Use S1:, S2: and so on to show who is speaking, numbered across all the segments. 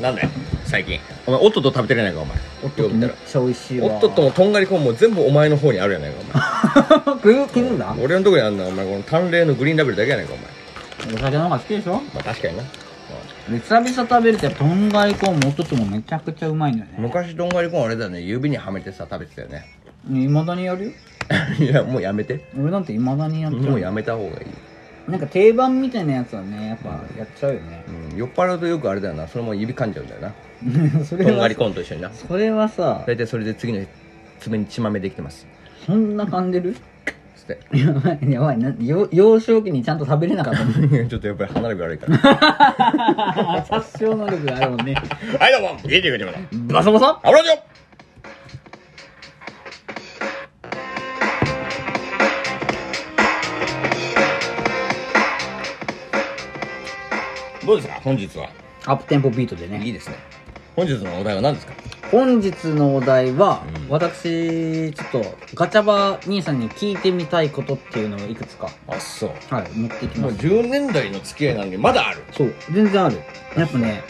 S1: なんだよ最近お前おっとっと食べてるやないかお前
S2: おっとっとめっちゃ美味しいわ
S1: おっとっともとんがりコーンも全部お前の方にあるやないか
S2: 食う食うんだ
S1: お前俺のとこにあんなお前この淡麗のグリーンラベルだけやないかお前
S2: お酒の方が好きでしょ
S1: まあ確かにな
S2: で久々食べるとやっぱとんがりコーンもおっとっともめちゃくちゃうまいんだよね
S1: 昔どんがりコーンあれだよね指にはめてさ食べてたよね
S2: いまだにやるよ
S1: いやもうやめて
S2: 俺なんていまだにやっちゃ
S1: もう
S2: う
S1: やめた方がいい、
S2: なんか定番みたいなやつはねやっぱやっちゃうよね
S1: うん、酔っ払うとよくあれだよなそのまま指噛んじゃうんだよ な
S2: そ
S1: と
S2: れ
S1: んが
S2: は
S1: りコーンと一緒にな
S2: それはさ
S1: 大体それで次の日爪に血まめできてます
S2: そんな噛んでる
S1: つ って
S2: やばいやばいなよ幼少期にちゃんと食べれなかった
S1: ちょっとやっぱり歯並び悪いから は
S2: 殺傷能力があるもんね
S1: いどうも家で行くでも
S2: バサバサ
S1: 油じょどうですか本日は
S2: アップテンポビートでね
S1: いいですね本日のお題は何ですか
S2: 本日のお題は、
S1: うん
S2: 私ちょっとガチャバ兄さんに聞いてみたいことっていうのをいくつか
S1: あそう
S2: はい持ってき
S1: も
S2: ま
S1: う
S2: した
S1: 10年来の付き合いなのにまだある
S2: そう全然あるやっぱね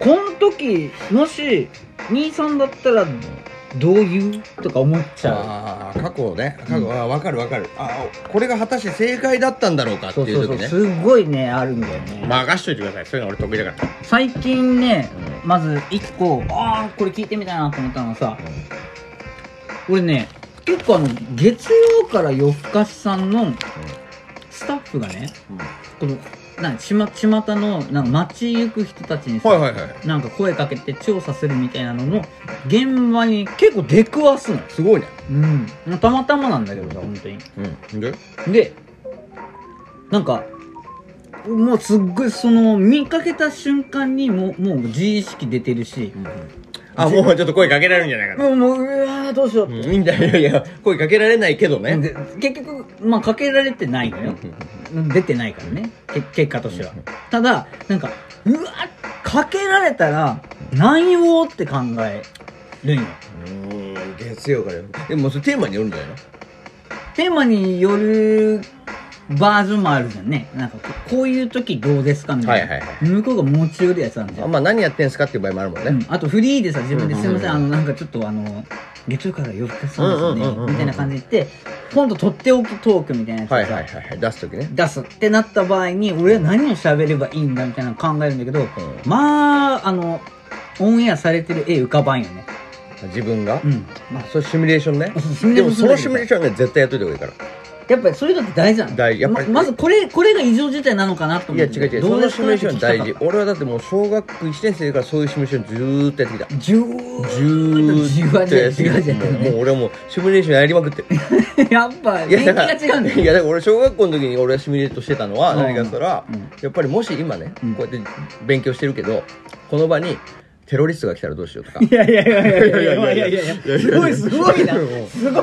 S2: この時もし兄さんだったらどう言うとか思っちゃう
S1: ああ過去ね過去あ分かる分かるああこれが果たして正解だったんだろうかって
S2: そう
S1: い
S2: そううそ
S1: 時
S2: う、
S1: ね
S2: すごいねあるんだよね、
S1: 任しといてくださいそういうの俺得意だから
S2: 最近ね、
S1: う
S2: まず1個ああこれ聞いてみたいなと思ったのはさ俺ね結構あの月曜から夜更かしさんのスタッフがねこのなんちま巷のなんか街行く人たちにさ、
S1: はいはいはい
S2: なんか声かけて調査するみたいなのの現場に結構出くわすの
S1: すごいね
S2: うんたまたまなんだけどさ本当に
S1: うんで
S2: でなんかもうすっごいその見かけた瞬間にもうもう自意識出てるし、
S1: あもうちょっと声かけられるんじゃないかと
S2: もうもううわーどうしようっ
S1: う
S2: て、
S1: んいいんだよいやいや声かけられないけどね
S2: で結局まあかけられてないのよ、出てないからねけ結果としては、ただなんかうわかけられたら何をって考えるんよ
S1: うん月曜からでもそれテーマによるんじゃないの
S2: テーマによるバージョンもあるじゃんねなんかここういう時どうですかみたいな、
S1: はいはい
S2: 向こうが持ち寄るやつなんじゃん
S1: あまあ何やってんすかっていう場合もあるもん
S2: う
S1: ね
S2: んあとフリーでさ自分で
S1: うん
S2: すいませんあのなんかちょっとあの月曜から夜更かしそうです
S1: うんうんうんう
S2: よ
S1: んう
S2: ね
S1: ん
S2: みたいな感じで言って今度とっておきトークみたいなやつをさ、
S1: はいはいはいはい出す時ね
S2: 出すってなった場合に俺は何を喋ればいいんだみたいなの考えるんだけど、まああのオンエアされてる絵浮かばんよね
S1: 自分が
S2: うん
S1: あそれシミュレーションね
S2: シミュ
S1: で
S2: レ
S1: も
S2: ーショ
S1: そ
S2: ン
S1: のシミュレーションはね絶対やっといた方がいいから
S2: やっぱりそういうのって大事なの
S1: 大事やっぱり
S2: ままずこれこれが異常事態なのかなと
S1: い
S2: 思
S1: や
S2: って
S1: 違う違うそのシミュレーション大事
S2: どう
S1: 俺はだってもう小学1年生からそういうシミュレーションずーっとやってきた
S2: ですかっ
S1: ずー
S2: て
S1: っとやってき
S2: じ
S1: た
S2: わじわじわじわ
S1: もうもう俺はもうシミュレーションやりまくってる
S2: たやっぱ年季が違うんだ
S1: い
S2: よ
S1: やだから俺小学校の時に俺はシミュレートしてたのは
S2: うん
S1: 何かしたら、
S2: うん
S1: やっぱりもし今ね、
S2: うん
S1: こうやって勉強してるけどこの場にテロリストが来たらどうしようとか
S2: いやいやいやいやいやいやいやいやいやすごいすごいなすご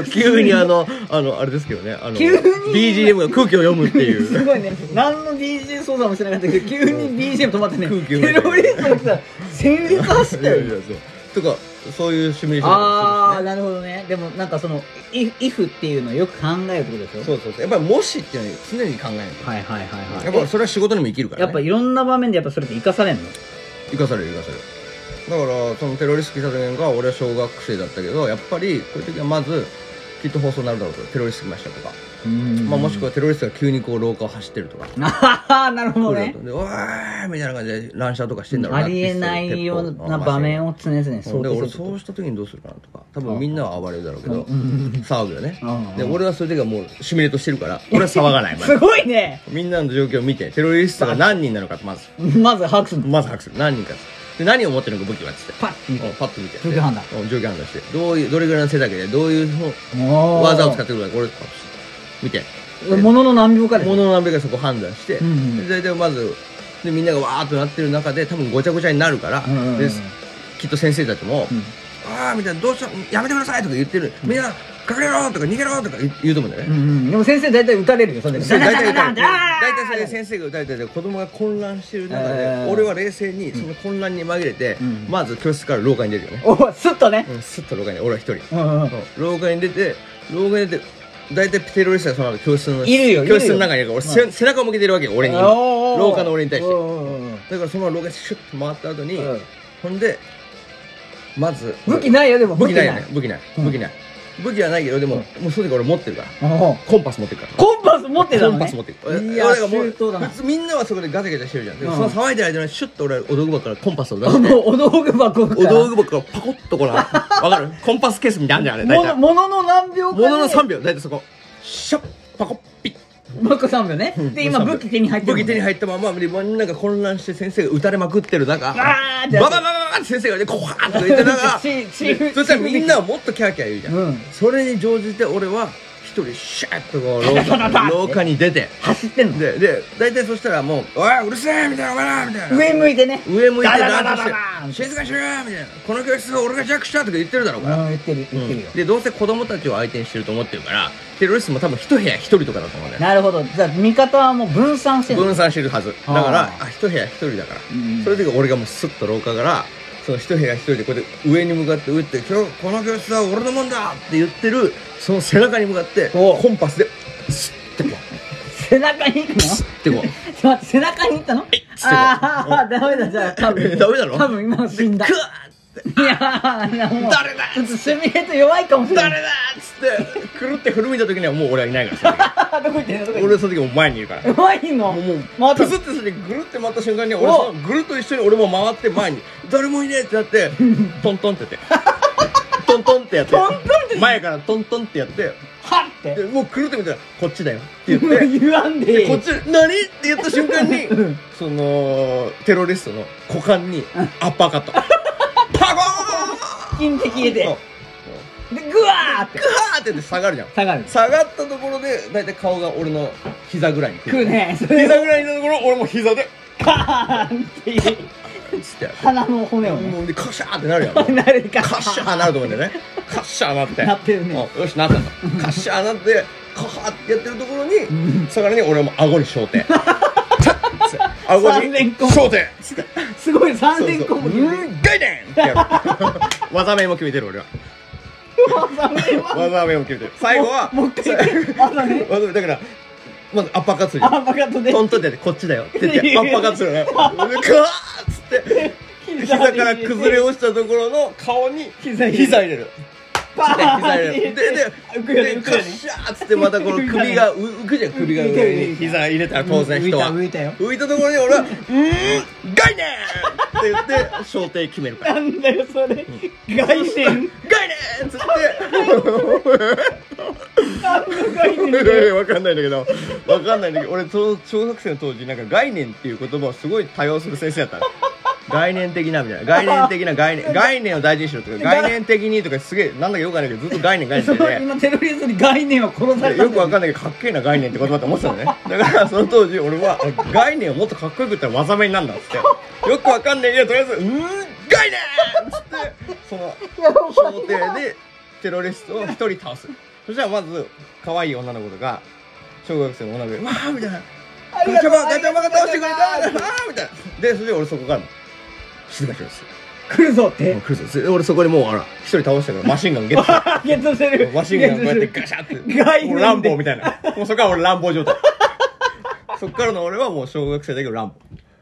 S2: い
S1: 急にあのあのあれですけどねあの
S2: 急に
S1: BGM が空気を読むっていう
S2: すごいね何の BGM 操作もしてなかったけど急に BGM 止まってね
S1: 空気読
S2: テ
S1: めた
S2: ロリストが来たら戦慄走っ
S1: い
S2: た
S1: や
S2: よ
S1: いやそうとかそういうシミュレーションと
S2: あ
S1: か
S2: あなるほどねでもなんかその「イフ」イフっていうのをよく考えるってことでしょ
S1: そうそうそうやっぱりもしっていうのは常に考えないと
S2: はいはいはい
S1: や
S2: は
S1: っ
S2: い
S1: ぱそれは仕事にも生きるか
S2: えや
S1: ら、
S2: っ
S1: ね、
S2: ぱいろんな場面でやっぱそれって生かされんの
S1: 生かされる生かされるだからそのテロリスト来た時なんか俺は小学生だったけどやっぱりこういう時はまずきっと放送になるだろうとテロリスト来ましたとか、
S2: うん
S1: まあ、もしくはテロリストが急にこう廊下を走ってるとか、
S2: あ あなるほどね
S1: でうわーみたいな感じで乱射とかしてんだろうな
S2: ありえないような場面
S1: を
S2: を常々想定す
S1: で俺
S2: る
S1: そうした時にどうするかなとか多分みんなは暴れるだろうけど
S2: うんうん
S1: 騒ぐよね
S2: うん
S1: で俺はそういう時はもうシミュレートしてるから俺は騒がないまず
S2: すごいね
S1: みんなの状況を見てテロリストが何人なのかまず
S2: まず把握するの
S1: まず把握する何人かで何を持ってるのか武器はっつって
S2: パッて見て
S1: うんパッと見て
S2: 状況判断
S1: うん状況判断してどういうどれぐらいの背丈でどういう
S2: もう
S1: 技を使ってくるかこれパッと見て
S2: ものの何秒かで
S1: ものの何べかそこ判断して、
S2: うんうん
S1: で大体まずでみんながわーっとなってる中で多分ごちゃごちゃになるから、
S2: うんうんうん
S1: できっと先生たちも「
S2: うん
S1: ああ」みたいな「どうしたやめてください」とか言ってる「みんな隠れろ!」とか「逃げろ!」とか言う言うと思うんだよ
S2: う
S1: ね。
S2: んうんでも先生大体打たれるよそれで
S1: そう大体打たれて
S2: ダダダダダ
S1: 大体それで先生が打たれてて子供が混乱してる中で、
S2: うん
S1: 俺は冷静にその混乱に紛れて、
S2: うん
S1: まず教室から廊下に出るよね、
S2: おスッとね
S1: うん、スッと廊下に俺は一人、
S2: うんうん
S1: 廊下に出て廊下に出て大体テロリストがその後教室の
S2: いるよ
S1: 教室の中
S2: い
S1: に
S2: る
S1: いるから俺、背背中を向けてるわけよ俺に
S2: おーおおー
S1: 廊下の俺に対して
S2: うんうんうん
S1: だからその廊下シュッと回った後に、
S2: うん
S1: ほんでまず
S2: 武器ないよでも
S1: 武器ないよね武器ない
S2: うん
S1: 武器ない武器はないけどでも、もうその時俺持ってるから
S2: おう
S1: コンパス持ってるから
S2: コンパス持ってた
S1: コン
S2: の
S1: パ
S2: ね
S1: ス持ってる
S2: いや
S1: 俺がもう
S2: 周到だな
S1: 普通みんなはそこでガチャガチャしてるじゃん、でも
S2: うん
S1: その騒いでる間にシュッと俺お道具箱からコンパスを出
S2: あ
S1: して
S2: のお道具箱から
S1: お道具箱からパコッとこらわかるコンパスケースみたいなのあるじゃんあれ
S2: も
S1: 大
S2: の
S1: 体
S2: ものの何秒か
S1: ものの3
S2: 秒
S1: 秒大体そこシャッパコッピッ
S2: もう一個3秒ねで今
S1: もう三
S2: 武
S1: 秒
S2: 器手に入ってる
S1: 武器手に
S2: 入
S1: 入ったままでみんなが混乱して先生が撃たれまくってる中バ
S2: あーって
S1: バババババって先生がねこわーっとか言ってながら
S2: チーチー
S1: そしたらみんなはもっとキャーキャー言うじゃん、
S2: うん
S1: それに乗じて俺は一人シャーッとこう廊
S2: タタタタ
S1: 下
S2: って
S1: 廊下に出て
S2: 走ってんの
S1: でで大体そしたらもう「おいうるせえ!」みたいな「お前ら!」みたいな
S2: 上向いてね
S1: 上向いて
S2: ダダダ
S1: ダ
S2: ダ
S1: ンス
S2: ダダ
S1: して「静かにしろ!」みたいな「この教室は俺が弱者!」とか言ってるだろうから、
S2: うん言ってる言ってるよ
S1: でどうせ子供たちを相手にしてると思ってるからテロリストも多分一部屋一人とかだと思うんだよ
S2: なるほどじゃあ味方はもう分散してる
S1: 分散してるはずだから
S2: あー
S1: あ一部屋一人だから、
S2: うん
S1: それで俺がもうスッと廊下からその一部屋一人でこうやって上に向かって打って「今日この教室は俺のもんだ!」って言ってるその背中に向かって
S2: お
S1: コンパスでスッてこ
S2: 背中に行くの
S1: うスッてこう
S2: ちょっと待って背中に行ったの
S1: つってこう
S2: ああダメだじゃあ多 分
S1: ダメだろ
S2: 多分今死んだ
S1: ク
S2: い
S1: ワ
S2: やーもう
S1: 誰だ
S2: ちょっとスミレと弱いかもし
S1: ッ
S2: れない
S1: 誰だっつってくるって振り向いた時にはもう俺はいないからそ の時
S2: どこ行ってんのどこ行って
S1: 俺その時もう前にいるから
S2: んの弱い
S1: も
S2: の
S1: うもう
S2: また
S1: プスってそれでぐるって回った瞬間に俺
S2: お
S1: そのぐるっと一緒に俺も回って前に誰もいねえってなってトントンってやってトントンってやって
S2: トントンって
S1: 前からトントンってやって
S2: はっ
S1: で
S2: て
S1: もうくるって見たらこっちだよって言
S2: も
S1: っ
S2: う
S1: て
S2: 言わんでいい
S1: こっち何って言った瞬間に
S2: うん
S1: そのテロリストの股間にアッパーカットパコーン
S2: 金で消えて
S1: そう
S2: でグワーって
S1: グワーってやって下がるじゃん
S2: 下がる
S1: 下がったところで大体顔が俺の膝ぐらいに来
S2: 食う
S1: る
S2: ねそれ
S1: 膝ぐらいのところ俺も膝で
S2: カーンっていう
S1: つってやって
S2: 鼻の骨をね
S1: もうでカシャーってなるやん
S2: なるか
S1: カッシャーなると思うんだよねカッシャーなって
S2: なってるね
S1: うんよしなったんだカッシャーなってカハーってやってるところにさらに俺も顎に焦点チャッつって顎に
S2: 三連コン
S1: 焦点つって
S2: すごい
S1: そうそう
S2: 3000個も
S1: うんガイデンってやる技名も決めてる俺は技名も決めてる最後は
S2: もう一回言って技名
S1: 技名だからまずアッパーカッツリ
S2: アーバカットで
S1: トントンってやってこっちだよって言ってアッパーカッツリねでカーッつって膝から崩れ落ちたところの顔に
S2: 膝入れる
S1: 膝入れる
S2: バーン
S1: 膝入れるでで
S2: 浮くよね
S1: で
S2: 浮く
S1: カ
S2: よ
S1: ッ
S2: ね
S1: シャーっつってまたこの首が浮くじゃん首が
S2: 浮いた
S1: 上
S2: 浮
S1: に
S2: いた
S1: 膝入れたら当然人は
S2: 浮いた浮いたよ
S1: 浮いたところに俺は「うーん概念!」って言って焦点決めるから
S2: なんだよそれ外線
S1: 「概念!」っつって
S2: 何の概念
S1: いやいやわかんないんだけどわかんないんだけど俺その小学生の当時なんか概念っていう言葉をすごい多用する先生だったの概念的なみたいな概念的な概念概念を大事にしろとか概念的にとかすげえなんだかよくわかんないけどずっと概念概念
S2: そ
S1: って
S2: の
S1: て
S2: 今テロリストに概念は殺された
S1: よくわ
S2: ん
S1: かんないけどかっけえな概念って言葉って思ってたのねだからその当時俺は概念をもっとかっこよく言ったら技名になるんだっつってよくわかんないけどとりあえず「うーん概念!」っつってその小艇でテロリストを一人倒すそしたらまず可愛い女の子とか小学生の女の子が「わあ」みたいな「ガチャバンガチャバンが倒してくれた!」わあみたいなでそれで俺そこから静かにしろっつって
S2: 来るぞっ
S1: も
S2: て
S1: う来るぞで俺そこでもうあら一人倒したからマシンガンゲットした
S2: ゲットしてる
S1: マシンガンこうやってガシャって
S2: 概
S1: も
S2: 念
S1: う
S2: で
S1: 乱暴みたいなもうそこから俺乱暴状態そっからの俺はもう小学生だけど乱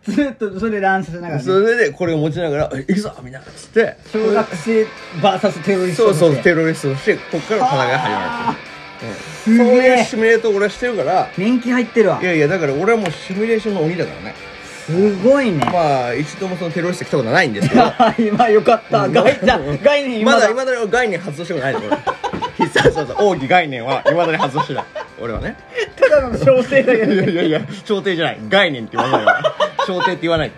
S2: ずっとそれ乱射しなが
S1: 暴
S2: ら
S1: それでこれを持ちながら「え行くぞ!」みんなっつって
S2: 小学生 VS テロリスト
S1: そうそう
S2: テ
S1: テロリストをしてこっからの戦いが始まる
S2: す
S1: そうい
S2: げ
S1: う
S2: え
S1: シミュレートを俺はしてるから
S2: 年季入ってるわ
S1: いやいやだから俺はもうシミュレーションの鬼だからね
S2: すごいね
S1: まあ一度もそのテロリスト来たことないんですけど
S2: あ今よかった概念概念
S1: まだ
S2: 今だ
S1: いまだに俺概念発動してことないの俺 必殺技奥義概念はいまだに発動してない俺はね
S2: ただの小生だけ
S1: い
S2: ど
S1: やいやいや、朝廷じゃない。概念って言わない わ。朝廷って言わない。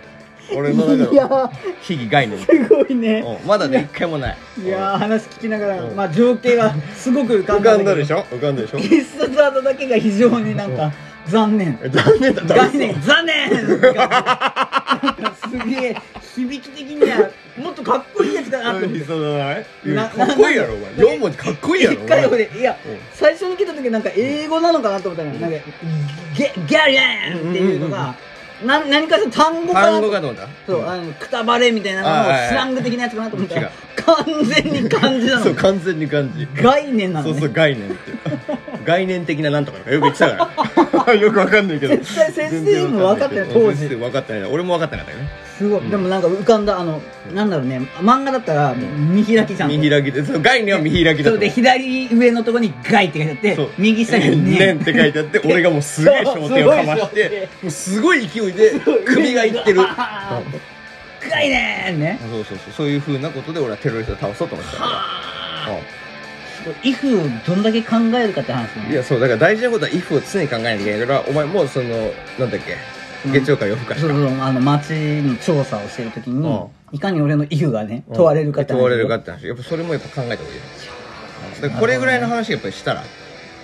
S1: 俺の中
S2: いや
S1: の非議概念。
S2: すごいね
S1: うんまだね、一回もない。
S2: いやー話聞きながら、
S1: うん
S2: まあ情景がすごく浮か
S1: 浮
S2: んだ
S1: か
S2: ん
S1: ん
S2: だ
S1: だ
S2: け
S1: でし
S2: ど
S1: ょ浮かんだでしょ
S2: 必殺技だけが非常になんか残念
S1: 残念だった。
S2: 概念残念すげえ響き的にはもっとかっこいいやつかなと思っ
S1: 必
S2: て
S1: 殺技だねいや
S2: な
S1: かっこいいやろ、お前。4文字かっこいいや
S2: 一
S1: ろ。お
S2: 回
S1: 前
S2: 俺いや
S1: うん
S2: 最初に来た時なんか英語なのかなと思ったのよなんかゲギャリャンっていうのがな何かしら単語かな
S1: 単語
S2: と思っ
S1: か
S2: て
S1: と思った。
S2: そうあのくたばれみたいなの
S1: あ
S2: を
S1: ー
S2: スラング的なやつかなと思った
S1: 違
S2: ら完全に漢字なの
S1: そう、
S2: よ
S1: 完全に漢字。
S2: 概念な
S1: そ
S2: の
S1: うそう、
S2: ね
S1: 概念って。概念的ななんとかとかよく言ってたから。 よくわかんないけど
S2: 絶対先生も分かってない
S1: 全然わかんないけ
S2: 当
S1: ど
S2: 時
S1: 先生分かってない俺も分かってなかったよね
S2: すごい、でもなんか浮かんだあのなんだろうね漫画だったら見開きじゃん
S1: 見開きでその概念は見開きだ
S2: そ
S1: と
S2: うで左上のところに「ガイ」って書いてあ
S1: そ
S2: っ
S1: う
S2: て右下に「
S1: ね
S2: ね
S1: ん」って書いてあって 俺がもうすげえ焦点をかまし
S2: そうすごい焦点
S1: てもうすごい勢いで首がいってる
S2: 上にガーンってガイねーね
S1: そうそうそうそういうふうなことで俺はテロリストを倒そうと思ってたから
S2: イフをどんだけ考えるかって話
S1: う
S2: ね
S1: んいやそうだから大事なことは if を常に考えなきゃいけないからお前もうそのなんだっけ
S2: うん
S1: 月曜か夜更かし
S2: そう
S1: か
S2: そうあの街の調査をしてる時に、
S1: う
S2: いかに俺のイフがね問われるかって話
S1: 問われるかって話やっぱそれもやっぱ考えた方がいいよだからこれぐらいの話やっぱりしたら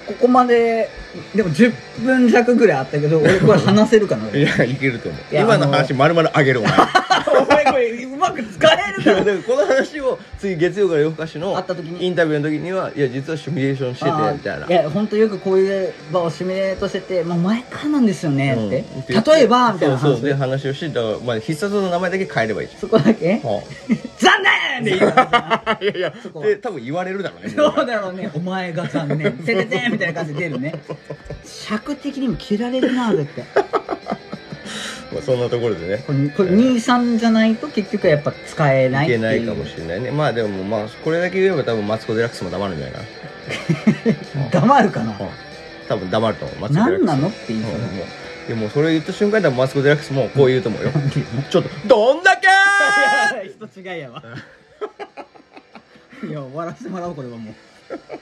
S2: ここまででも10分弱ぐらいあったけど俺これ話せるかな
S1: いやいけると思う
S2: いや
S1: 今の話まるまるあげるお前
S2: お前これうまく使える
S1: いやだ
S2: か
S1: か
S2: な
S1: らこの話を次月曜から夜更かしの
S2: 会った時に
S1: インタビューの時にはいや実はシミュレーションしててみたいな
S2: あーいや本当よくこういう場をシミュレートしてて、まあ、前からなんですよね
S1: うん
S2: って、
S1: って言って
S2: 例えばみたいな話
S1: そうそうで話をしてだからまあ必殺の名前だけ変えればいいじゃん
S2: そこだけ
S1: は
S2: 残念 って言うからな
S1: あいやいや
S2: そこ
S1: で多分言われるだろうね
S2: どうだろうねお前が残念てててみたいな感じで出るね尺的にも切られるなだって
S1: まあそんなところでね
S2: これこれ23じゃないと結局はやっぱ使えない
S1: い
S2: ってい
S1: け
S2: う
S1: ないかもしれないねまあでもまあこれだけ言えば多分マツコ・デラックスも黙るんじゃないか
S2: 黙るかな
S1: な、うん、多分黙ると思うマツコ・デラック
S2: 何
S1: ス
S2: なのって言いそううん
S1: もうでもそれ言った瞬間でマツコ・デラックスもこう言うと思うよ ちょっとどんだけー
S2: 人違いやわいや終わらせてもらおうこれはもう